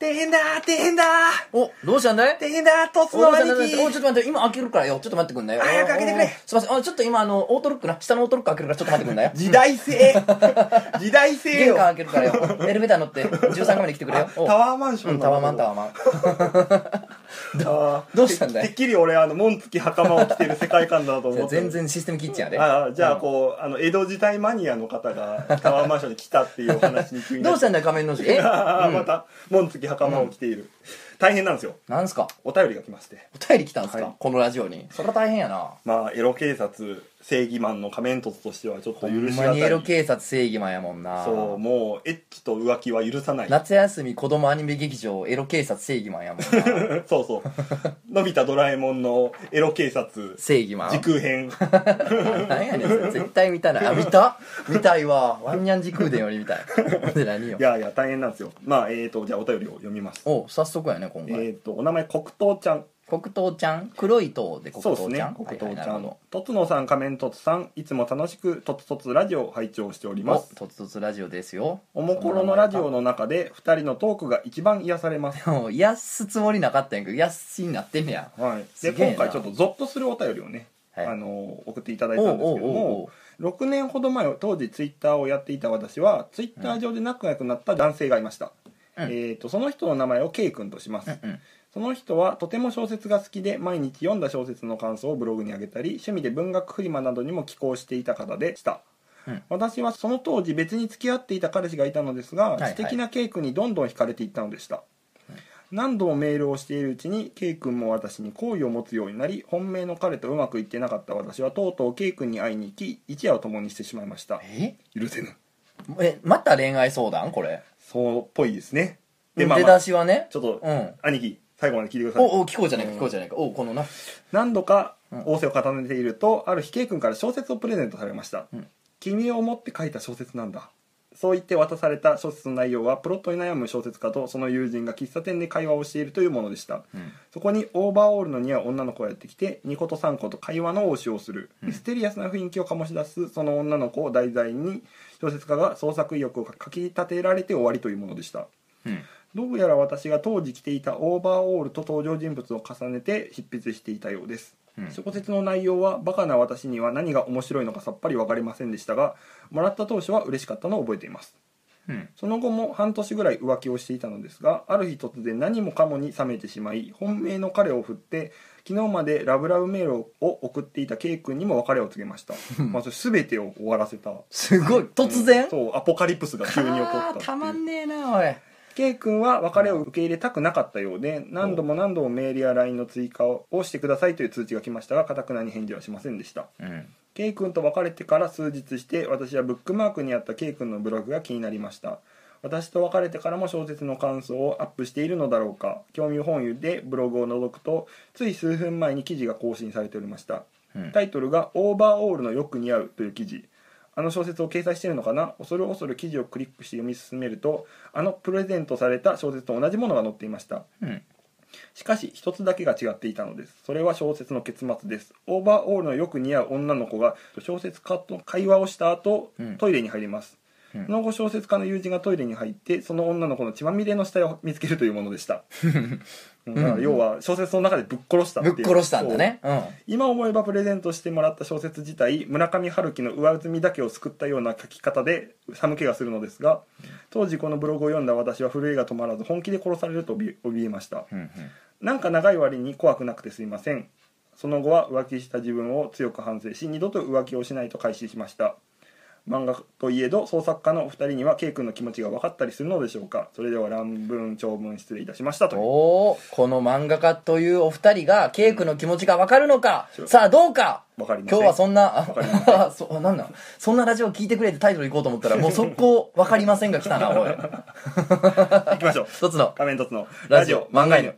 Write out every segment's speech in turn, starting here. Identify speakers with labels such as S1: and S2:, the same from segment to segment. S1: 大変だー大変だー
S2: お、どうしたんだい
S1: 大変だートス
S2: お
S1: の
S2: どうし
S1: 兄
S2: たんだい
S1: 貴
S2: おちょっと待って、今開けるからよ。ちょっと待ってくんなよ。
S1: 早く開けてくれ
S2: おーおーすいません。あちょっと今、あの、オートロックな。下のオートロック開けるからちょっと待ってくん なよ。
S1: 時代性時代性
S2: 玄
S1: よ
S2: 関開
S1: タ
S2: けるからよ。エレベーター乗って、13階まで来 てくれよ。お
S1: ワーマンショ
S2: う
S1: ン
S2: ん、タワーマン、タワーマン。
S1: ど
S2: どうしたんだ い
S1: てっきり俺あの紋付き袴を着てる世界観だと思って
S2: 全然システムキッチンやで。
S1: ああじゃあこうあの江戸時代マニアの方がタワーマンションに来たっていうお話に
S2: どうした
S1: ん
S2: んだい仮面の字。え
S1: また紋付き袴を着ている、大変なんですよ
S2: なんすか
S1: お便りが来まして
S2: お便り来たんす
S1: は
S2: かこのラジオに。そりゃ大変やな。
S1: まあエロ警察正義マンの仮面凸としてはちょっと
S2: ほ
S1: 許
S2: ん
S1: し
S2: ま
S1: がた
S2: にエロ
S1: い
S2: 警察正義マンやもんな。
S1: そうもうエッチと浮気は許さない
S2: 夏休み子供アニメ劇場エロ警察正義マンやもんな。
S1: そうそうのび太ドラえもんのエロ警察
S2: 正義マ ン。
S1: 時空編
S2: なんやねんそれ絶対見たないあ見た見たいわワンニャン時空伝より 見たいで何よ
S1: いやいや大変なんですよ まあえーとじゃあお便りを読みます
S2: お早速やね今
S1: え
S2: 回、
S1: ーとお名前黒糖ちゃん
S2: 黒糖ちゃん黒い糖で
S1: そ
S2: 黒
S1: うです
S2: 糖ちゃ
S1: ね
S2: ん。
S1: 黒糖
S2: はいは
S1: ち
S2: い
S1: ゃ
S2: なる
S1: ん
S2: ほ。
S1: とつのさん、仮面とつさん、いつも楽しくとつとつラジオを拝聴しており
S2: どお
S1: ます。
S2: とつとつラジオですよ
S1: おもころのラジオの中で、二人のトークが一番癒されます。
S2: もう癒すつもりなかったんやけど癒しになってんねや、
S1: はい。です
S2: げえな
S1: 今回ちょっとゾッとするお便りをね、
S2: はい
S1: あの、送っていただい
S2: おう
S1: たんです
S2: おう
S1: けど
S2: おうおう
S1: も、6年ほど前、当時ツイッターをやっていた私は、ツイッター上で仲良くなった男性がいました。
S2: うん
S1: えっと、その人の名前を K 君とします。
S2: うんうん
S1: その人はとても小説が好きで毎日読んだ小説の感想をブログに上げたり趣味で文学フリマなどにも寄稿していた方でした、
S2: うん
S1: 私はその当時別に付き合っていた彼氏がいたのですが、
S2: いはい
S1: 素敵な K 君にどんどん惹かれていったのでした、何度もメールをしているうちに K 君も私に好意を持つようになり本命の彼とうまくいってなかった私はとうとう K 君に会いに行き一夜を共にしてしまいました
S2: え
S1: 許せぬ
S2: えまた恋愛相談これ
S1: そうっぽいですねで
S2: 出
S1: まあ、まあ
S2: だしはね
S1: ちょっと、
S2: うん
S1: 兄貴最後まで聞いてください
S2: おお聞こうじゃないか聞こうじゃないかおうこのな
S1: 何度か
S2: うん
S1: 仰せを重ねていると、ある日 K 君から小説をプレゼントされました、
S2: うん
S1: 君を思って書いた小説なんだそう言って渡された小説の内容はプロットに悩む小説家とその友人が喫茶店で会話をしているというものでした、
S2: うん
S1: そこにオーバーオールの似合う女の子がやってきて2個と3個と会話の応酬をする、ミステリアスな雰囲気を醸し出すその女の子を題材に小説家が創作意欲をかき立てられて終わりというものでした
S2: うん
S1: どうやら私が当時着ていたオーバーオールと登場人物を重ねて執筆していたようです、
S2: うん
S1: 小説の内容はバカな私には何が面白いのかさっぱり分かりませんでしたがもらった当初は嬉しかったのを覚えています
S2: うん
S1: その後も半年ぐらい浮気をしていたのですがある日突然何もかもに冷めてしまい本命の彼を振って昨日までラブラブメールを送っていた K 君にも別れを告げました、まあ、それ全てを終わらせた
S2: すごい突然
S1: そうアポカリプスが急に起こったっ
S2: あ
S1: てい
S2: ー
S1: う
S2: たまんねえなおい
S1: K 君は別れを受け入れたくなかったようで何度も何度もメールや LINE の追加をしてくださいという通知が来ましたがかたくなに返事はしませんでした
S2: うん
S1: K 君と別れてから数日して私はブックマークにあった K 君のブログが気になりました私と別れてからも小説の感想をアップしているのだろうか興味本位でブログを覗くとつい数分前に記事が更新されておりました
S2: うん
S1: タイトルが「オーバーオールのよく似合う」という記事あの小説を掲載しているのかな恐る恐る記事をクリックして読み進めるとあのプレゼントされた小説と同じものが載っていました
S2: うん
S1: しかし一つだけが違っていたのですそれは小説の結末ですオーバーオールのよく似合う女の子が小説家と会話をした後、
S2: うん
S1: トイレに入ります、
S2: うん
S1: その後小説家の友人がトイレに入ってその女の子の血まみれの死体を見つけるというものでした うんだから要は小説の中でぶっ殺した
S2: ぶ
S1: て
S2: っ
S1: いう
S2: 殺したんだねうん
S1: 今思えばプレゼントしてもらった小説自体村上春樹の上積みだけを救ったような書き方で寒気がするのですが当時このブログを読んだ私は震えが止まらず本気で殺されると怯え怯えました
S2: うんうん
S1: なんか長い割に怖くなくてすいませんその後は浮気した自分を強く反省し二度と浮気をしないと開始しました漫画といえど創作家のお二人には K 君の気持ちが分かったりするのでしょうかそれでは乱文長文失礼いたしましたという
S2: おーこの漫画家というお二人がケイ君の気持ちがわかるのか、
S1: そう
S2: さあどうか
S1: わかりません
S2: 今日はそんな
S1: かりません
S2: あ そなんなんそんなラジオ聞いてくれってタイトル行こうと思ったらもう速攻わかりませんが来 たなおい
S1: 行きましょう
S2: 一つの
S1: 仮面凸の
S2: ラジオ漫画犬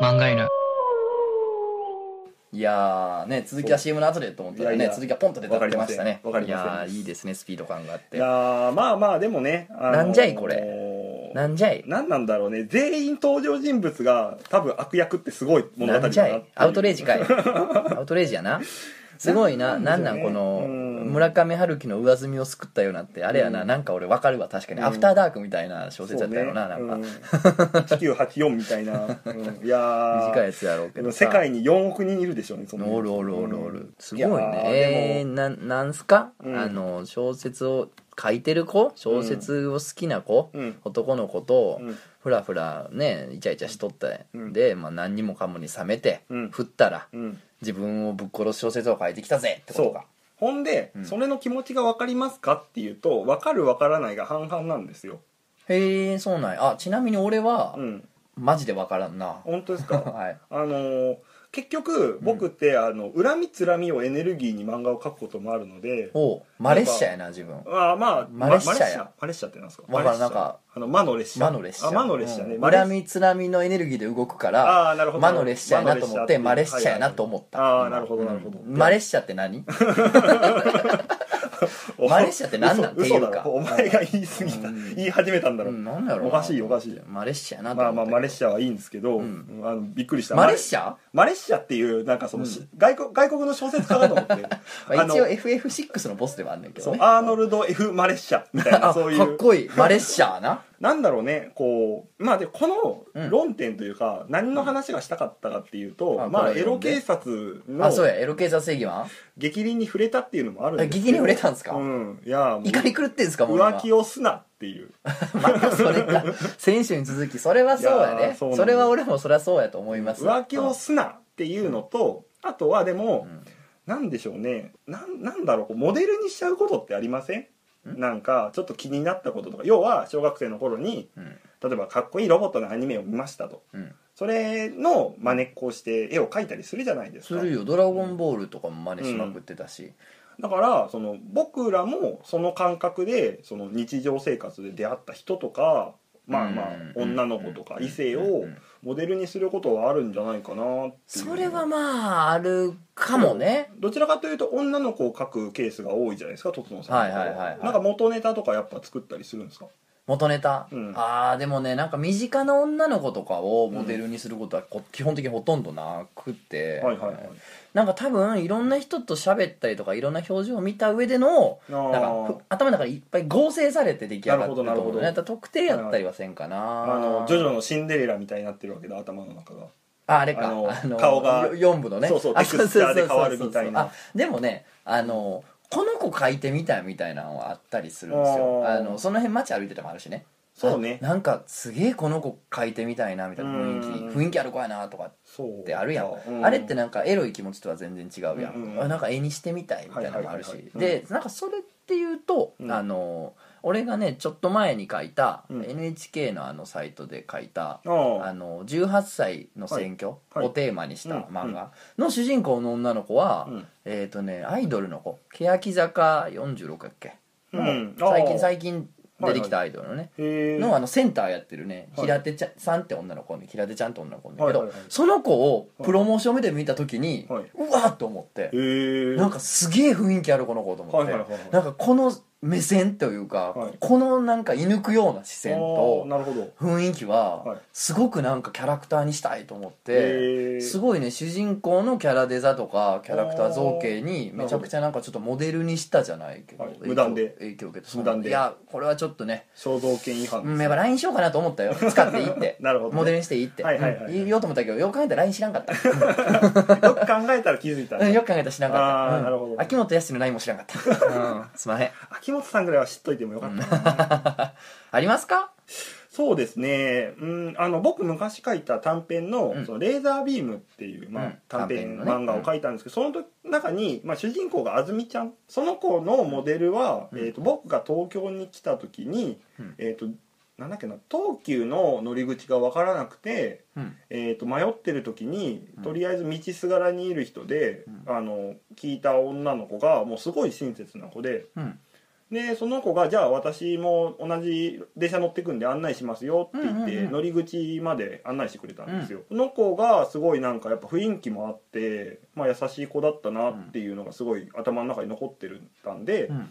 S3: 漫画犬
S2: いやーね続きは CM の後でと思ったらね
S1: いやいや
S2: 続きはポンと出てきましたね
S1: わかりませんわかりません
S2: いやーいいですねスピード感があっ
S1: い
S2: て
S1: やーまあまあでもね、あのー
S2: なんじゃいこれなんじゃい
S1: なんなんだろうね全員登場人物が多分悪役ってすごい物語
S2: な
S1: だ
S2: んじゃ
S1: ない
S2: アウトレイジかいアウトレイジやなすごいな
S1: な
S2: なんん
S1: でしょ
S2: な
S1: うんね
S2: この
S1: うん
S2: 村上春樹の上積みを救ったようなってあれやな、
S1: うん
S2: なんか俺わかるわ確かに、
S1: うん
S2: アフターダークみたいな小説やったよな、なんか、
S1: か、うん、1984みたいな、うんいやー
S2: 短いやつやろうけ
S1: で
S2: ど
S1: も
S2: さ
S1: 世界に4億人いるでしょうねそんな
S2: おるおるおるお
S1: う
S2: る
S1: ん
S2: すごいね
S1: やー
S2: え
S1: で
S2: ー、
S1: も
S2: ななんすか、
S1: うん
S2: あの小説を書いてる子小説を好きな子、
S1: うん
S2: 男の子と
S1: うん
S2: ふらふらねイチャイチャしとって、
S1: うん
S2: で、まあ、何にもかもに冷めて、
S1: うん
S2: 振ったら
S1: うん
S2: 自分をぶっ殺す小説を書いてきたぜってことか
S1: ほんで、
S2: うん
S1: それの気持ちが分かりますかっていうと分かる分からないが半々なんですよ
S2: へえそうなんやあちなみに俺は、
S1: うん
S2: マジでわからんな、
S1: 本当ですか
S2: はい
S1: あのー結局僕って、あの恨みつらみをエネルギーに漫画を描くこともあるので
S2: おうマレッシャやな自分
S1: あーまあ
S2: マレッシャや
S1: ママレッシャってなんですか
S2: わから
S1: マレッ
S2: ん
S1: シャ
S2: なんか
S1: あの魔の列車
S2: 魔の列車
S1: あ魔の列車ね、
S2: うん
S1: マレッ
S2: 恨みつらみのエネルギーで動くから
S1: あーなるほど
S2: 魔の列車やなと思って
S1: 魔
S2: マ
S1: の
S2: レ
S1: 列
S2: ッ
S1: 車
S2: シャやなと思った、
S1: はいはいはいあーなるほどなるほど
S2: うんマレッシャって何
S1: お
S2: マレッシャって何なん
S1: 嘘嘘
S2: っていう
S1: だ
S2: か
S1: ろお前が言い過ぎた、
S2: うん
S1: 言い始めたんだろ、
S2: うんなんだろうな
S1: おかしいおかしい
S2: マレッシャやなと
S1: ま
S2: 思
S1: あ
S2: った
S1: まあマレッ
S2: ャ
S1: シャはいいんですけど、
S2: ん
S1: あのびっくりした
S2: マレッシャ
S1: マレッシャっていうなんかそのし、外国外国の小説家だと思って
S2: まあ、一応
S1: の
S2: FF6 のボスではあんねんけ
S1: そう
S2: どね
S1: アーノルド・ F ・マレッシャみたいな
S2: あ
S1: そうい
S2: かっ
S1: う
S2: こいいマレッシャーな
S1: なんだろうねこうまあでこ
S2: う
S1: の
S2: ん
S1: 論点というか、何の話がしたかったかっていうと、
S2: あ
S1: ま
S2: こ
S1: あ
S2: れ
S1: エロ警察 の
S2: あそうやエロ警察正義マン
S1: 激鱗に触れたっていうのもあるんです
S2: 激に触れたんですか、
S1: うんいやもう
S2: 怒り狂ってんすかもう
S1: 浮気
S2: を
S1: をすなっていう
S2: またそれか選手に続きそれはそうや
S1: いや
S2: ね
S1: ーそう
S2: そ
S1: なんだ
S2: れは俺もそれはそうやと思います
S1: 浮気をすなっていうのと、あとはでも、
S2: うん
S1: なんでしょうねなんなんだろうモデルにしちゃうことってありません
S2: ん
S1: なんかちょっと気になったこととか要は小学生の頃に
S2: うん
S1: 例えばかっこいいロボットのアニメを見ましたと
S2: うん
S1: それの真似っこをして絵を描いたりするじゃないです
S2: す
S1: か
S2: るよ「ドラゴンボール」とかも真似しまくってたし、
S1: だからその僕らもその感覚でその日常生活で出会った人とかまあまあ
S2: うん
S1: 女の子とか
S2: うん
S1: 異性
S2: うん
S1: を
S2: うん
S1: モデルにすることはあるんじゃないかなっていう
S2: それはまああるかもね
S1: どちらかというと女の子を描くケースが多いじゃないですかとつのさん
S2: はいはいはいはい
S1: なんか元ネタとかやっぱ作ったりするんですか
S2: 元ネタ、
S1: うん
S2: ああでもねなんか身近な女の子とかをモデルにすることはこ基本的にほとんどなくて、
S1: はいはいはい
S2: なんか多分いろんな人と喋ったりとかいろんな表情を見た上での
S1: あー
S2: なんかふ頭の中にいっぱい合成されて出来上がってる
S1: なるほ
S2: と思
S1: ど
S2: う
S1: な
S2: ね
S1: るほ
S2: 特定やったりはせんかな
S1: あのジョジョのシンデレラみたいになってるわけだ頭の中が
S2: ああれか
S1: あ
S2: あ
S1: の
S2: の
S1: 顔が
S2: 4部のね
S1: そうそう
S2: あ
S1: テクスチャーで
S2: そうそうそうそう
S1: 変わるみたいな
S2: あでもねあのこの子描いてみたいみたいなのはあったりするんですよ
S1: あー
S2: あのその辺街歩いててもあるしね
S1: そうね
S2: あなんかすげえこの子描いてみたいなみたいな雰囲気
S1: うん
S2: 雰囲気ある子やなとか
S1: そう
S2: ってあるやん、
S1: う
S2: あれってなんかエロい気持ちとは全然違うやん、
S1: うんうん
S2: あなんか絵にしてみたいみたいなのもあるし、
S1: はいはいはいはい
S2: でなんかそれっていうと、
S1: うん
S2: あの俺がねちょっと前に書いた、
S1: うん
S2: NHK のあのサイトで書いた
S1: あー
S2: あの18歳の選挙
S1: はいはい
S2: をテーマにした
S1: うん
S2: 漫画の主人公の女の子は、
S1: うん
S2: えっ、とねアイドルの子欅坂46だっけ、
S1: うんあー
S2: 最近最近出てきたアイドルのね、
S1: へえ
S2: のあのセンターやってるね
S1: はい
S2: 平手ちゃんさんって女の子ね平手ちゃんって女の子なんだけど、
S1: はいはいはい
S2: その子をプロモーション目で見た時に、
S1: はいう
S2: わーっと思って、
S1: へえ
S2: なんかすげえ雰囲気あるこの子と思って、
S1: はいはいはいはい
S2: なんかこの目線というか、
S1: はい
S2: このなんか射抜くような視線
S1: あー
S2: と
S1: なるほど
S2: 雰囲気
S1: はい
S2: はすごくなんかキャラクターにしたいと思っ
S1: へー
S2: てすごいね主人公のキャラデザとかキャラクター造形に
S1: あー
S2: めちゃくちゃなんかちょっとモデルにしたじゃないけど
S1: はい
S2: 影響
S1: 無断で
S2: 影響を受けて
S1: 無断で
S2: いやこれはちょっとね
S1: 肖像権違反
S2: うんやっぱ LINE しようかなと思ったよ使っていいって
S1: なるほどね
S2: モデルにしていいって
S1: はいはいはいはい
S2: うん言おうと思ったけどよく考えたら LINE 知らんかった
S1: よく考えたら気づいた
S2: うんよく考えたら知らんかっ
S1: あー
S2: たうん
S1: なるほど
S2: 秋元康の LINE も知 らんかったうんすいません
S1: 秋元さんぐらいは知っといてもよかったな
S2: ありますか
S1: そうですね、うん、あの僕昔書いた短編の「
S2: うん
S1: そのレーザービーム」っていう、ま
S2: う
S1: あ
S2: ん、
S1: 短編
S2: 短編のね
S1: 漫画を書いたんですけど、その時中に、まあ、主人公があずみちゃんその子のモデルは、
S2: うん
S1: えー、と僕が東京に来た時に、
S2: うん
S1: えっとなんだっけな東急の乗り口が分からなくて、
S2: うん
S1: えー、と迷ってる時に
S2: うん
S1: とりあえず道すがらにいる人で、
S2: う
S1: あの聞いた女の子がもうすごい親切な子で。
S2: うん
S1: でその子が「じゃあ私も同じ電車乗ってくんで案内しますよ」って言って、
S2: うんうんうん
S1: 乗り口まで案内してくれたんですよ、その子がすごいなんかやっぱ雰囲気もあって、まあ、優しい子だったなっていうのがすごい頭の中に残ってるんだんで、
S2: うん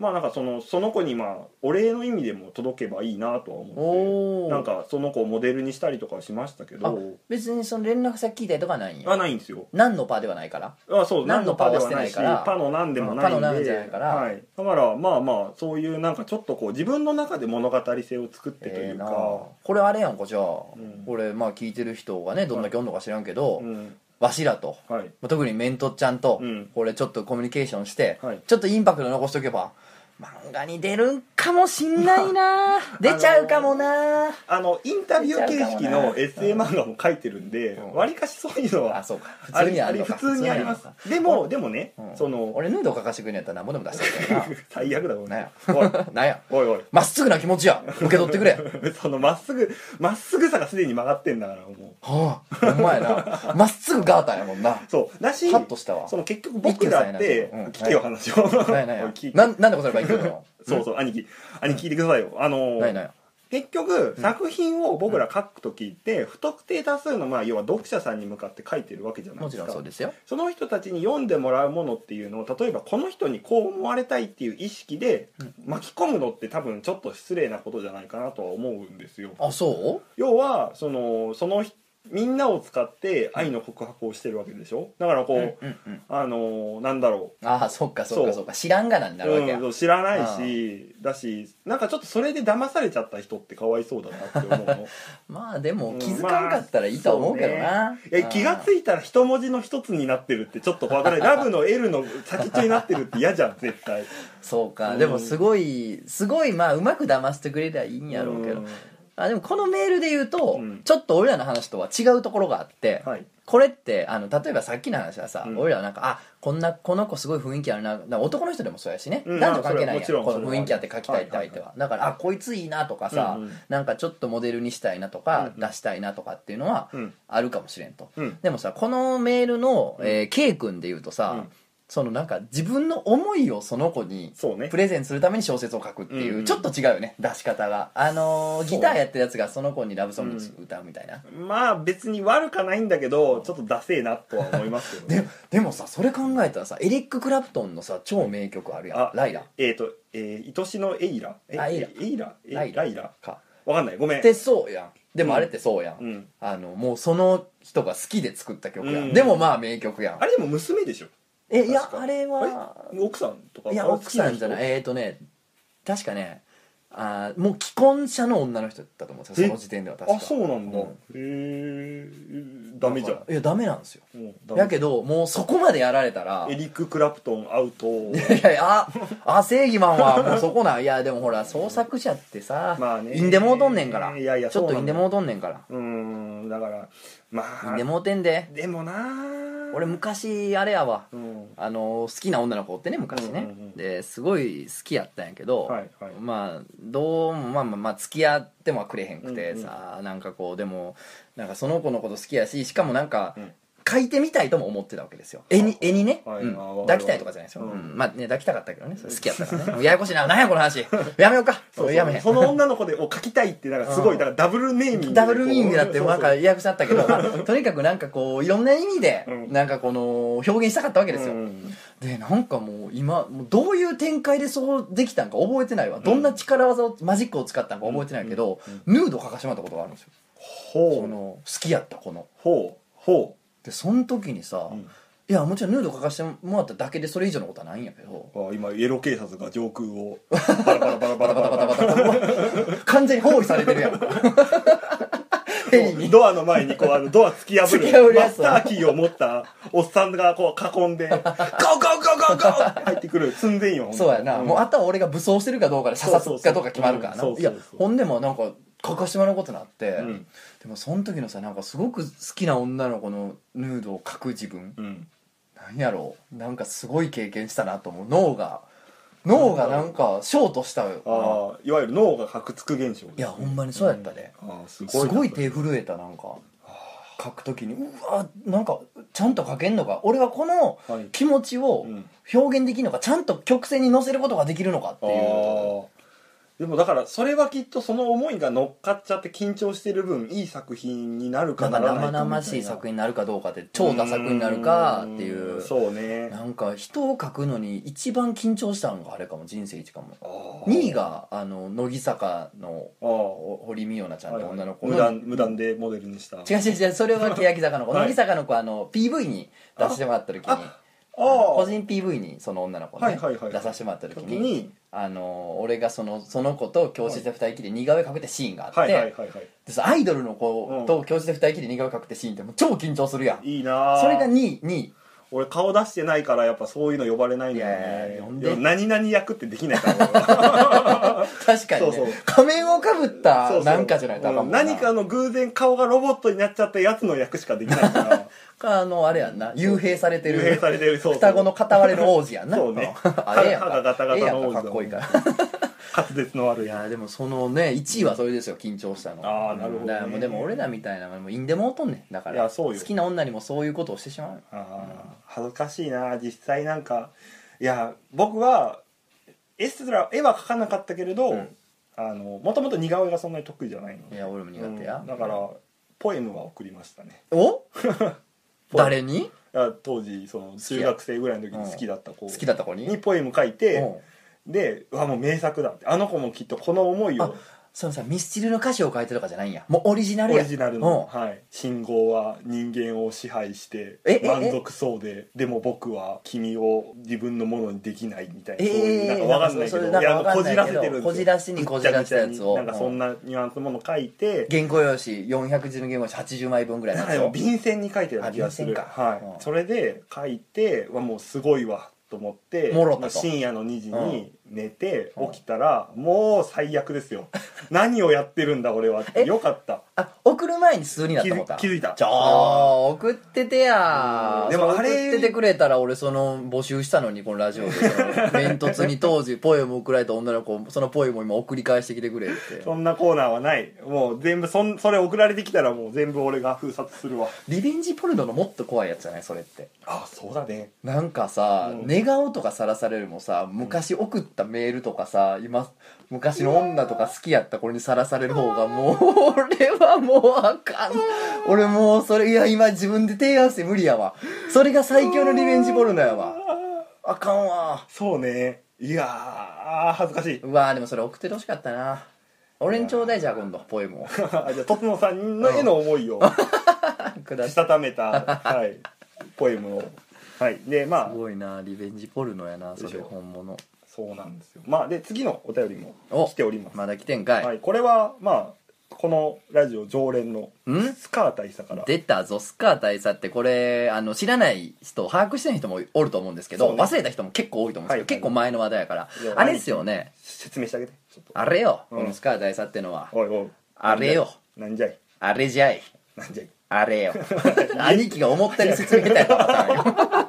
S1: まあなんかそのその子にまあお礼の意味でも届けばいいなとは思って
S2: おお
S1: なんかその子をモデルにしたりとかはしましたけ
S2: あ
S1: ど
S2: 別にその連絡先聞いたりとかはないん
S1: は
S2: や
S1: ないんですよ
S2: 何のパーではないから
S1: あそう
S2: 何のパ
S1: 何
S2: は
S1: の
S2: してないから
S1: パの何でもないん
S2: うん
S1: で
S2: パの何じゃないから
S1: はい、だからまあまあそういうなんかちょっとこう自分の中で物語性を作ってという
S2: な
S1: か、
S2: これあれやんかじゃあ、
S1: ん
S2: これまあ聞いてる人がねどんだけおんのか知らんけど、
S1: うん
S2: わしらと
S1: はい、
S2: まあ特にメントちゃんと
S1: うん
S2: これちょっとコミュニケーションして、
S1: はい
S2: ちょっとインパクト残しとけば漫画に出るんかもしんない な出ちゃうかもな
S1: あのインタビュー形式の
S2: 出
S1: SA 漫画も書いてるんで
S2: うん
S1: わり、かしそういうの
S2: あ
S1: は
S2: そうか普
S1: あ
S2: 通に
S1: り
S2: あ
S1: あ
S2: る
S1: り
S2: のか
S1: 普通にあります
S2: 普通にあるのか
S1: でもでもね、
S2: うん
S1: その
S2: 俺ヌード書かしてくれんやったら何ぼでも出してくれる
S1: 最悪だもん
S2: な
S1: ねおい
S2: なんや
S1: おいおい
S2: まっすぐな気持ちや受け取ってくれ
S1: そのまっすぐまっすぐさがすでに曲がってんだからも
S2: はあほんまやなまっすぐガーターやもんな
S1: うそうだし
S2: ハッとしたわ
S1: その結局僕だって
S2: 一休さんやなうん
S1: 聞けよ話を、
S2: ないない
S1: おい聞いて
S2: なんなんでこそれから行くの
S1: そうそう兄貴兄貴聞いてくださいよあのー
S2: ないない
S1: 結局作品を僕ら書く時って不特定多数のまあ要は読者さんに向かって書いてるわけじゃない
S2: も
S1: で
S2: ち
S1: す
S2: ろ
S1: か
S2: んそうですよ
S1: その人たちに読んでもらうものっていうのを例えばこの人にこう思われたいっていう意識で巻き込むのって多分ちょっと失礼なことじゃないかなとは思うんですよ
S2: あそ
S1: 要はそのその人みんなを使って愛の告白をしてるわけでしょだからこ
S2: う
S1: う、
S2: うんうんうん
S1: あのなんだろ
S2: ああそっかそっ
S1: そう
S2: かそっか知らんがなに
S1: う
S2: なるわけや、
S1: うんそう知らないしだしなんかちょっとそれで騙されちゃった人ってかわいそうだなって思うの
S2: まあでも気づかんか ったらいいとは思うけどな、
S1: いや気が
S2: い
S1: ついたら一文字の一つになってるってちょっと怖くないラブの L の先っちょになってるって嫌じゃん絶対
S2: そうか、
S1: うん
S2: でもすごいすごいまあうまく騙してくれりゃいいんやろうけど、
S1: ん
S2: あでもこのメールで言うと、
S1: うん
S2: ちょっと俺らの話とは違うところがあって、
S1: はい
S2: これってあの例えばさっきの話はさ、
S1: うん
S2: 俺らなんかあこんなこの子すごい雰囲気あるななんか男の人でもそうやしね、
S1: うん
S2: 男女関係ないや
S1: あそれはもちろん
S2: こ
S1: それ
S2: の
S1: は
S2: 雰囲気あって書きたいって相手は,、だからあこいついいなとかさ、
S1: うんうん
S2: なんかちょっとモデルにしたいなとか、
S1: うんうん
S2: 出したいなとかっていうのは
S1: うん
S2: あるかもしれんと、
S1: うん
S2: でもさこのメールの、えー K 君で言うとさ、
S1: うん
S2: そのなんか自分の思いをその子に
S1: そうね
S2: プレゼンするために小説を書くっていう、
S1: うんうん
S2: ちょっと違うよね出し方があのー
S1: そう
S2: ギターやってるやつがその子にラブソング歌うみたいな、
S1: まあ別に悪かないんだけどちょっとダセえなとは思いますけどね
S2: ででもさそれ考えたらさエリック・クラプトンのさ超名曲あるやん
S1: あ
S2: 「ライラ
S1: えっ、と、えー、愛しのエイラえ
S2: あエイラ
S1: エイラえ
S2: ライラ
S1: ライラ」
S2: か
S1: わかんないごめん
S2: ってそうやんで
S1: う
S2: も
S1: ん
S2: あれってそうやん、
S1: うん、
S2: あのもうその人が好きで作った曲やん、
S1: うん
S2: でもまあ名曲やん
S1: あれでも娘でしょ
S2: えいや
S1: 確か
S2: あれは
S1: え奥さんとか
S2: いや
S1: あ
S2: 奥さんじゃないえっ、ー、とね確かねあーもう既婚者の女の人だったと思うんですよ
S1: え
S2: その時点では確か
S1: あそうなんだ、
S2: う
S1: へえダメじゃん
S2: いやダメなんですよ
S1: うんダメ
S2: やけどもうそこまでやられたら
S1: エリック・クラプトンアウト
S2: いやいやああ正義マンはもうそこなんいやでもほら創作者ってさ
S1: まあね
S2: いんでもうとんねんから
S1: いやいや
S2: ちょっ
S1: そう
S2: と
S1: ない
S2: ん
S1: ん
S2: で
S1: だ
S2: もうとんねんから
S1: うーんだからま
S2: い
S1: あ
S2: んでもうてんで
S1: でもな
S2: 俺昔あれやわ
S1: うん
S2: あの好きな女の子おってね昔ね、
S1: うんうんうん
S2: ですごい好きやったんやけど、
S1: はいはい
S2: まあどうもまあまあまあ付き合ってもくれへんくて
S1: うんうん
S2: さ、なんかこうでもなんかその子のこと好きやししかもなんか、
S1: うん
S2: 書いてみたいとも思ってたわけですよ絵に絵にね、
S1: はい
S2: うん
S1: あわかる
S2: 抱きたいとかじゃないですよ、
S1: うん
S2: うんまあね抱きたかったけどねそれ好きやったからねもうややこしいな何やこの話やめようか
S1: そう
S2: やめへん
S1: その女の子でを書きたいってなんかすご
S2: う
S1: い
S2: ん
S1: だからダブルネーミングで
S2: ダブルミーニングだって
S1: そう
S2: な
S1: そ
S2: ん
S1: う
S2: かややこしなった けど、まあとにかくなんかこういろんな意味で
S1: うん
S2: なんかこの表現したかったわけですよ、
S1: うん
S2: でなんかもう今もうどういう展開でそうできたんか覚えてないわどんな力技をマジックを使ったんか覚えてないけど、ヌード書かしてもらったことがあるんですよ、そ
S1: ほう
S2: の好きやった子の
S1: ほうほ
S2: でその時にさ、
S1: ん
S2: いやもちろんヌード書かしてもらっただけでそれ以上のことはないんやけど
S1: うあ今エロ警察が上空をバラバラバラバ
S2: バ
S1: ラバ
S2: タ
S1: ラ
S2: バタバタバタ完全に包囲されてるやんヘリに
S1: ドアの前にこうあのドア突き破
S2: 突き破
S1: る
S2: るや
S1: マ
S2: つ
S1: スターキーを持ったおっさんがこう囲ん でゴーゴーゴーゴーゴーって入ってくる寸前よ
S2: そうやな、
S1: ん
S2: もうあとは俺が武装してるかどうかで射殺かどうか決まるからな
S1: そうそう
S2: い
S1: そうう
S2: や
S1: んそうそうそう
S2: ほんでもなんか書かしてもらうことになって、
S1: ん
S2: でもその時のさなんかすごく好きな女の子のヌードを描く自分
S1: うん
S2: なんやろうなんかすごい経験したなと思う脳が脳がなんかショートしたよな
S1: ああいわゆる脳が白つく現象
S2: いやほんまにそうやったで、
S1: ああすごい
S2: すごい
S1: な
S2: 手震えたなんか書く時にうわなんかちゃんと書けんのか俺はこの
S1: はい
S2: 気持ちを
S1: うん
S2: 表現できるのかちゃんと曲線に乗せることができるのかっていう
S1: ああでもだからそれはきっとその思いが乗っかっちゃって緊張してる分いい作品になるか
S2: なん
S1: な
S2: から
S1: ない
S2: 生
S1: かみた
S2: 々しい作品になるかどうかって超多作になるかってい
S1: ー
S2: う
S1: んそうね
S2: なんか人を描くのに一番緊張したのがあれかも人生一かも
S1: 2
S2: 2位があの乃木坂の
S1: あー
S2: お堀美央奈ちゃんって女の子
S1: 無
S2: の
S1: 断無断でモデルにした
S2: 違う違う違うそれは欅坂の子
S1: はい
S2: 乃木坂の子あの PV に出してもらった時に
S1: ああ
S2: 個
S1: ー
S2: 人 PV にその女の子
S1: はい
S2: ね
S1: はいはい
S2: 出させてもらった時
S1: 時
S2: に
S1: に
S2: あの俺がそのその子と教室で二人きりで似顔絵描くってシーンがあっ
S1: はいはいはい
S2: て
S1: はい
S2: でそのアイドルの子と教室で二人きりで似顔絵描くってシーンってもう超緊張するやん
S1: いいなー
S2: それが2位2位
S1: 俺顔出してないからやっぱそういうの呼ばれないんだ
S2: いやいや
S1: よ
S2: 呼ん
S1: ね
S2: で
S1: でも何々役ってできない から
S2: 確かに
S1: そうそう
S2: ね仮面をかぶ
S1: 俺
S2: っ
S1: そう
S2: た
S1: そう
S2: なんかじゃないとあか
S1: うんん
S2: もんな
S1: 何かの偶然顔がロボットになっちゃったやつの役しかできないから
S2: あのあれやんな幽閉されて
S1: 幽閉
S2: る
S1: されてるそうそう
S2: 双子の片割れの王子やんな
S1: そうね
S2: あれやん
S1: 歯がガタ
S2: か
S1: ガ
S2: ええ
S1: タ
S2: や
S1: の王
S2: ん
S1: 子だも
S2: か
S1: ん
S2: かっこいいから
S1: 滑舌の悪い
S2: いやでもそのね1位はそれですよ緊張したの
S1: あーなるほどね
S2: だからもうでも俺らみたいなのもいんでもうとんねんだか
S1: い
S2: ら
S1: やそうよ
S2: 好きな女にもそういうことをしてしまう
S1: あー恥ずかしいな実際なんかいや僕は絵すら絵は描かなかったけれど、
S2: うん
S1: あのもともと似顔絵がそんなに得意じゃないの
S2: いや俺も苦手や、
S1: うんだからポエムは送りましたね
S2: お誰に
S1: あ当時その
S2: き
S1: 中
S2: や
S1: 学生ぐらいの時に好きだった子
S2: 好きだった子に
S1: にポエム書いうて
S2: ん
S1: でうわもう名作だってあの子もきっとこの思いを
S2: そのさミスチルの歌詞を書いてとかじゃないんやもうオリジナル
S1: オ
S2: や
S1: リジナルの、はい、信号は人間を支配して
S2: ええ
S1: 満足そうででも僕は君を自分のものにできないみたいな、
S2: ええ
S1: そういうなんかわかんないけ
S2: そ
S1: ど
S2: れ
S1: い
S2: なんか
S1: やも
S2: わ
S1: う
S2: かん
S1: こ
S2: ない
S1: じ
S2: けど
S1: らせてるんですよ
S2: こじらしにこじらしたやつを
S1: なんかそんなニュアンスのもの書いて
S2: う、ん原稿用紙410字の原稿用紙80枚分ぐらいの
S1: なん
S2: や
S1: かで
S2: つを
S1: も便箋に書いてるような気がする
S2: あ便箋か
S1: はい
S2: うん
S1: それで書いてうわもうすごいわと思って
S2: もろたと
S1: まあ深夜の2時に寝て起きたら、もう最悪ですよ何をやってるんだ俺はって
S2: え
S1: よかった
S2: あ送る前に数になった
S1: 気
S2: 思った
S1: づ気づいた
S2: じゃあ送っててや
S1: うんで
S2: でも
S1: も
S2: あ
S1: あ
S2: れ
S1: れ
S2: 送っててくれたら俺その募集したのにこのラジオ でその煙突に当時ポエム送られた女の子そのポエムを今送り返してきてくれって
S1: そんなコーナーはないもう全部そんそれ送られてきたらもう全部俺が封殺するわ
S2: リベンジポルノのもっと怖いやつじゃないそれって
S1: あそうだね
S2: なんかさ、
S1: うん
S2: 寝顔とかさらされるよりもさ昔送ったメールとかさ今昔の女とか好きやった子にさらされる方がもう俺はもうあかん俺もうそれいや今自分で提案して無理やわそれが最強のリベンジポルノやわあかんわ
S1: そうねいやー恥ずかしい
S2: うわーでもそれ送っててほしかったな俺にちょうだいじゃあ今度ポエムを
S1: じゃ あとつのさんの絵の思 いを
S2: くだ
S1: したためた、はい、ポエムをはいでますあ
S2: ごいなリベンジポルノやなそ
S1: でし
S2: れ
S1: ょ
S2: 本物
S1: そうなんですよまあで次のお便りも
S2: お
S1: 来ております、
S2: まだ来てんかい、
S1: はい、これはまあこのラジオ常連の
S2: ん
S1: スカー大佐から
S2: 出たぞスカー大佐ってこれあの知らない人把握してない人もおると思うんですけど、
S1: そうね
S2: 忘れた人も結構多いと思うんですけど、
S1: はい
S2: 結構前の話題やから
S1: いや
S2: あれですよね
S1: 説明してあげてちょっと
S2: あれよ、
S1: うん
S2: このスカー大佐ってのは
S1: おいおい
S2: あれよ
S1: なんじゃい
S2: あれじゃい
S1: なんじゃい
S2: あれよ 兄貴が思ったより説明下手やったよ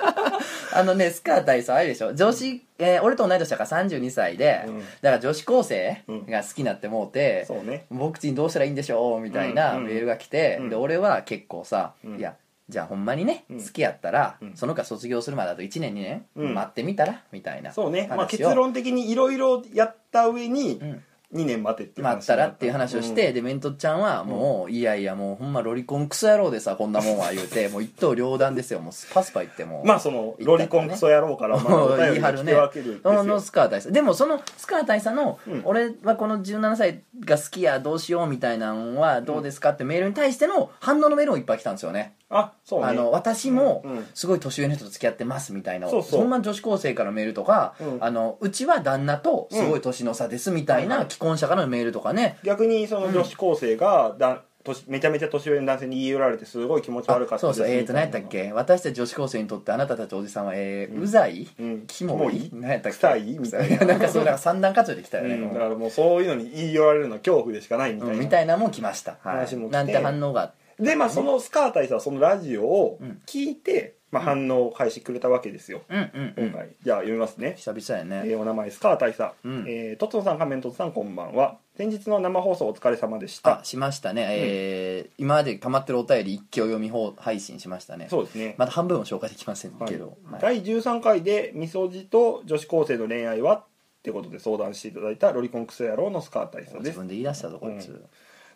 S2: あのねスカー大佐あれでしょ女子、えー俺と同い年だから32歳で、
S1: うん
S2: だから女子高生が好きになってもうて、
S1: そうね
S2: 僕ちにどうしたらいいんでしょうみたいな
S1: うん
S2: メールが来て、
S1: うん
S2: で俺は結構さ、
S1: うん
S2: いやじゃあほんまにね、
S1: うん
S2: 好きやったら、
S1: ん
S2: その子が卒業するまであと1年2年、
S1: うん
S2: 待ってみたらみたいな
S1: そうね、まあ、
S2: 話
S1: 結
S2: を
S1: 論的にいろいろやった上に
S2: うん
S1: 2年待てっていう話
S2: 待ったらっていう話をして、でメントちゃんはもう、いやいやもうほんまロリコンクソ野郎でさこんなもんは言うてもう一刀両断ですよもうスパスパ言っても
S1: う
S2: うん
S1: まあそのロリコンクソ野郎からまあお便
S2: 言い
S1: りが
S2: 張る
S1: 来
S2: ね
S1: てわけるんです
S2: その
S1: よ
S2: スカー大佐でもそのスカー大佐の、
S1: うん
S2: 俺はこの17歳が好きやどうしようみたいなのはどうですかってメールに対しての反応のメールもいっぱい来たんですよね
S1: あそうね
S2: あの私も
S1: うん
S2: すごい年上の人と付き合ってますみたいな、
S1: そうそうん
S2: な女子高生からのメールとか、
S1: うん
S2: あのうちは旦那とすごい年の差ですみたい
S1: うん
S2: な既婚者からのメールとかね、
S1: 逆にその女子高生がだ年めちゃめちゃ年上の男性に言い寄られてすごい気持ち悪か
S2: あ
S1: った
S2: そうそうえっ、ー、と何や
S1: み
S2: ったた
S1: い
S2: っけ私たち女子高生にとってあなたたちおじさんは、えーうざい、
S1: うん
S2: キモい
S1: キモい
S2: 何やったっけ
S1: 臭いみたいな
S2: 臭 なんかそうなんか三段活用できたよね、
S1: うんだからもうそういうのに言い寄られるのは恐怖でしかないみたいな、
S2: うんみたいなのも来ました、はい
S1: 話も来て
S2: なんて反応があって
S1: でまあそのスカー大佐はそのラジオを
S2: うん
S1: 聞いて、まあ、反応を返してくれたわけですよ、
S2: うんうんうん、
S1: 今回じゃあ読みますね
S2: 久々やね、
S1: えーお名前スカー大佐、
S2: うん
S1: えートッツノさん仮面トッツさんこんばんは先日の生放送お疲れ様でし
S2: あ
S1: た
S2: しましたね、えー今まで溜まってるお便り一挙読み放配信しましたね
S1: そうですね、
S2: まだ半分も紹介できませんけど、はい
S1: 第13回でみそじと女子高生の恋愛はってことで相談していただいたロリコンクソ野郎のスカー大佐で
S2: 自
S1: す
S2: 分で言い出したぞこいつ、
S1: うん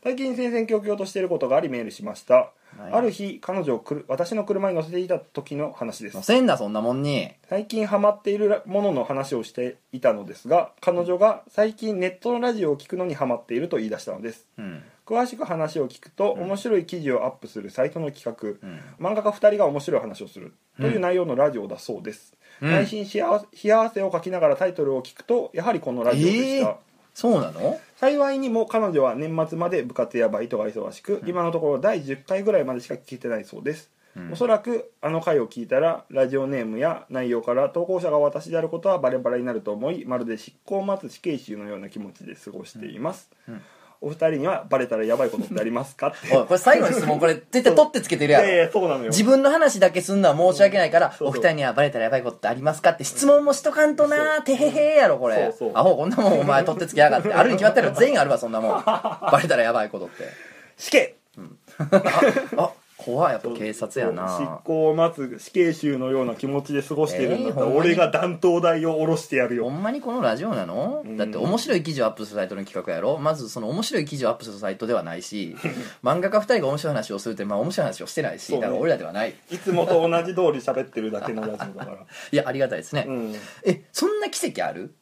S1: 最近戦々恐々としていることがありメールしました、
S2: はい
S1: ある日彼女をくる私の車に乗せていた時の話です
S2: 乗せんなそんなもんに
S1: 最近ハマっているものの話をしていたのですが彼女が最近ネットのラジオを聞くのにハマっていると言い出したのです
S2: うん
S1: 詳しく話を聞くと、
S2: うん
S1: 面白い記事をアップするサイトの企
S2: うん
S1: 画漫画家2人が面白い話をするという内容のラジオだそうです、
S2: うん
S1: 内心しあ冷や汗をかきながらタイトルを聞くとやはりこのラジオでした、
S2: えーそうなの
S1: 幸いにも彼女は年末まで部活やバイトが忙しく、今のところ第10回ぐらいまでしか聞いてないそうです、
S2: うん
S1: おそらくあの回を聞いたらラジオネームや内容から投稿者が私であることはバレバレになると思いまるで執行を待つ死刑囚のような気持ちで過ごしています、
S2: うんうん
S1: お二人にはバレたらやばいことってありますかって
S2: おいこれ最後の質問これ絶対取ってつけてるやろ、
S1: ええそうなのよ
S2: 自分の話だけすんのは申し訳ないから、
S1: そうそう
S2: お二人にはバレたらやばいことってありますかって質問もしとかんとなてへへやろこれ
S1: そうそう
S2: アホこんなもんお前取ってつけやが ってあるに決まったら全員あるわそんなもんバレたらやばいことって
S1: 死刑
S2: あ怖いやっぱ警察や
S1: 執
S2: な
S1: 行を待つ死刑囚のような気持ちで過ごしているんだったら、
S2: えーほんまに
S1: 俺が断頭台を下ろしてやるよ
S2: ほんまにこのラジオなの、
S1: うん
S2: だって面白い記事をアップするサイトの企画やろまずその面白い記事をアップするサイトではな いし漫画家二人が面白い話をするってまあ面白い話をしてないし、
S1: そうね
S2: だから俺らではない
S1: いつもと同じ通り喋ってるだけのラジオだから
S2: いやありがたいですね、
S1: うん
S2: えそんな奇跡ある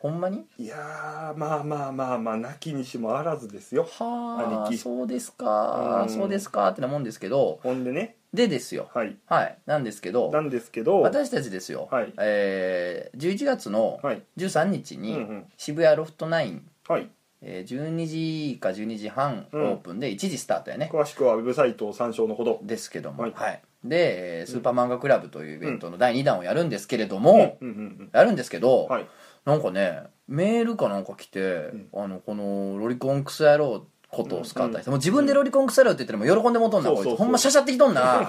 S2: ほんまに
S1: いやーまあまあまあまあなきにしもあらずですよ
S2: は
S1: 兄
S2: あ
S1: 貴
S2: そうですか
S1: うん
S2: そうですかってなもんですけど
S1: ほんでね
S2: でですよ
S1: はい
S2: はいなんですけど
S1: なんですけど
S2: 私たちですよ、
S1: はい
S2: えー11月の
S1: はい
S2: 13日
S1: うんう
S2: に
S1: ん
S2: 渋谷ロフト9、
S1: はい
S2: えー12時か12時半オ
S1: うん
S2: ープンで1時スタートやね、
S1: 詳しくはウェブサイトを参照のほど
S2: ですけども、
S1: は
S2: はいいでえースーパーマンガクラブというイベントの第2弾をやるんですけれど
S1: うん
S2: も、
S1: うんうん
S2: やるんですけど、
S1: はい
S2: なんかねメールかなんか来て、
S1: ん
S2: あのこのロリコンクソ野郎ことを使ったりしてもう自分でロリコンクソ野郎って言ってるも喜んでもうとんな
S1: そう
S2: こい
S1: そう
S2: つ
S1: そう
S2: ほんましゃしゃってきと んな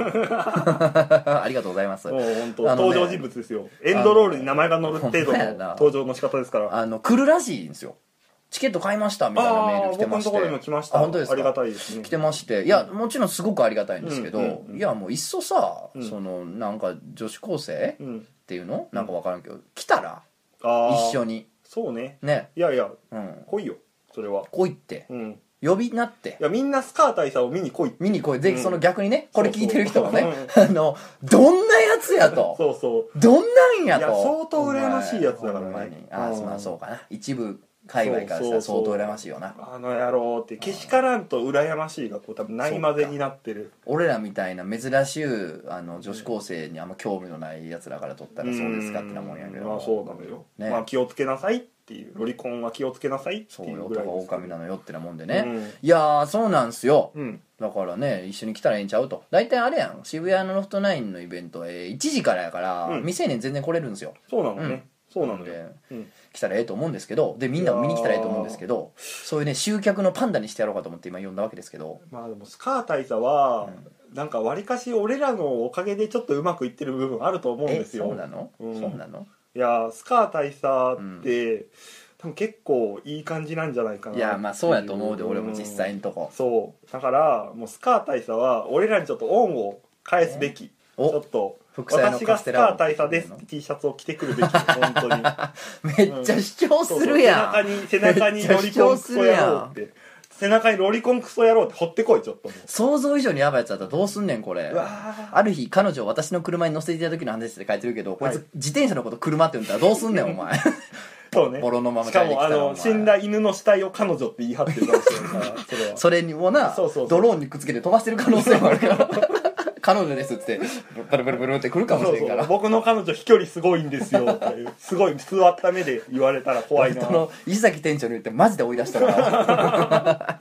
S2: ありがとうございます
S1: もう本当
S2: あのね
S1: 登場人物ですよエンドロールに名前が載る程度
S2: ほんまや
S1: の
S2: な
S1: 登場の仕方ですから
S2: あの来るらしいんですよチケット買いましたみたいなメー
S1: ああ
S2: ル来
S1: 僕
S2: てま
S1: の
S2: して
S1: ところにも来ました
S2: あ本当ですか
S1: ありがたいですね
S2: 来てましていやもちろんすごくありがたいんですけど、
S1: うんうんうん
S2: いやもういっそさ、
S1: うん
S2: そのなんか女子高生っ
S1: うん
S2: ていうのなんか分からんけど来たら
S1: ああ
S2: 一緒に
S1: そうね
S2: ね
S1: いやいや
S2: うん
S1: 来いよそれは
S2: 来いって
S1: うんい
S2: 呼びなって
S1: やみんなスカー大佐を見に来い
S2: 見に来いぜ
S1: うん
S2: ひその逆にね、これ聞いてる人もね
S1: そ
S2: あのどんなやつやと
S1: そうそう
S2: どんなんやと
S1: いや相当羨ましいやつだからね
S2: お前
S1: う
S2: あ
S1: ん
S2: あそまあそうかな一部界隈からしたら
S1: そ
S2: 相
S1: うそうそう
S2: 当羨ましいよな
S1: あの野郎ってけしからんと羨ましいがこう多分ないまぜになってる
S2: 俺らみたいな珍しいあの女子高生にあんま興味のないやつらから取ったらそうですかってなもんやけど
S1: まあそうなのよ、
S2: ね
S1: まあ気をつけなさいっていうロリコンは気をつけなさいって
S2: そう
S1: い
S2: よ
S1: うぐらい
S2: 男は
S1: です
S2: 狼なのよってなもんでね、
S1: うん
S2: いやーそうなんすよ
S1: うん
S2: だからね一緒に来たらええんちゃうと大体あれやん渋谷のロフトナインのイベント、えー1時からやから、
S1: うん
S2: 未成年全然来れるんですよ
S1: そうなのね、
S2: うん
S1: そうなのよ、
S2: で
S1: うん
S2: 来たらええと思うんですけどでみんなも見に来たらええと思うんですけどそういうね集客のパンダにしてやろうかと思って今呼んだわけですけど
S1: まあでもスカー大佐は、なんかわりかし俺らのおかげでちょっとうまくいってる部分あると思うん
S2: え
S1: ですよ
S2: そうなの、
S1: うん
S2: そうなの
S1: いやスカー大佐って、多分結構いい感じなんじゃないかない
S2: いやまあそうやと思うで俺も実際のとこ
S1: そうだからもうスカー大佐は俺らにちょっと恩を返すべき、ちょ
S2: お
S1: っと
S2: 副菜の
S1: 私が
S2: カ
S1: ス
S2: ス
S1: カ
S2: テラ
S1: ー大佐ですって T シャツを着てくるべき本当 に
S2: めっちゃ主張するやん
S1: そうそう背中に背中にロリコンクソ野郎って背中にロリコンクソ野郎って掘ってこいちょっとも
S2: 想像以上にやばいやつだったらどうすんねんこれ
S1: ううわ
S2: ある日彼女を私の車に乗せていた時の話って書いてるけどこい
S1: は
S2: つ自転車のこと車って言うんだらどうすんねんお前
S1: ーそうね
S2: ボロのまま
S1: し
S2: 帰っ
S1: か
S2: てき
S1: も
S2: た
S1: あ
S2: らお
S1: の
S2: 前
S1: 死んだ犬の死体を彼女って言い張ってるかもしれないからそれは
S2: それにもな
S1: そうそうそう
S2: ドローンにくっつけて飛ばしてる可能性もあるから 彼女ですっつってブルブルブルって来るかもし
S1: そう
S2: れんか
S1: そう
S2: ら
S1: 僕の彼女飛距離すごいんですよっていうすごい座った目で言われたら怖いな
S2: その石崎店長に言ってマジで追い出し たから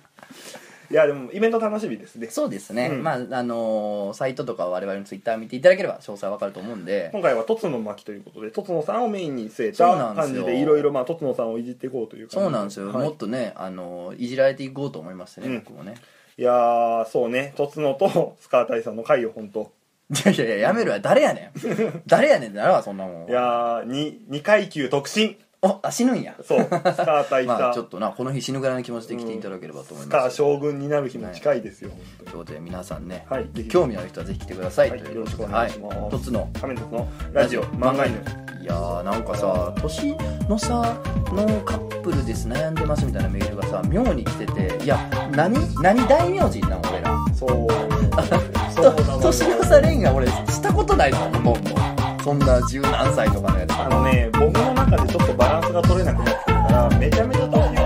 S1: いやでもイベント楽しみですね
S2: そうですね、
S1: うん
S2: まああのーサイトとか我々のツイッター見ていただければ詳細わかると思うんで
S1: 今回は「とつの巻」ということでとつのさんをメインに据え
S2: そう
S1: た
S2: なんです
S1: 感
S2: よ
S1: じでいろいろとつのさんをいじっていこうという感じ
S2: そうなんですよ、
S1: はい
S2: もっとね、あのーいじられていこうと思いましてね、
S1: うん
S2: 僕もね
S1: いやーそうねとつのとスカー大佐の会を本当
S2: いやいやいややめろや誰やね ん誰やねんってなるわそんなもん
S1: いやー 2, 2階級特進
S2: おあ死ぬんや
S1: そうスカー大佐、
S2: まあちょっとなこの日死ぬぐらいの気持ちで来ていただければと思い
S1: スカ
S2: ま
S1: ー
S2: す、
S1: 将軍になる日も近いですよ、本
S2: ということで皆さんね、
S1: はいぜひ
S2: 興味のある人はぜひ来てください、
S1: はい
S2: ということで
S1: よろしくお願いします
S2: はい一つの
S1: 当に亀田のラジオ漫画犬
S2: 「いやーなんかさ年の差のカップルです悩んでますみたいなメールがさ妙に来てていや何何大名人なん俺ら
S1: そうそう
S2: と
S1: だわ
S2: 年の差恋愛俺したことないと思うもんそんな十何歳とかのやつ
S1: あのね僕の中でちょっとバランスが取れなくなってるからめちゃめちゃ年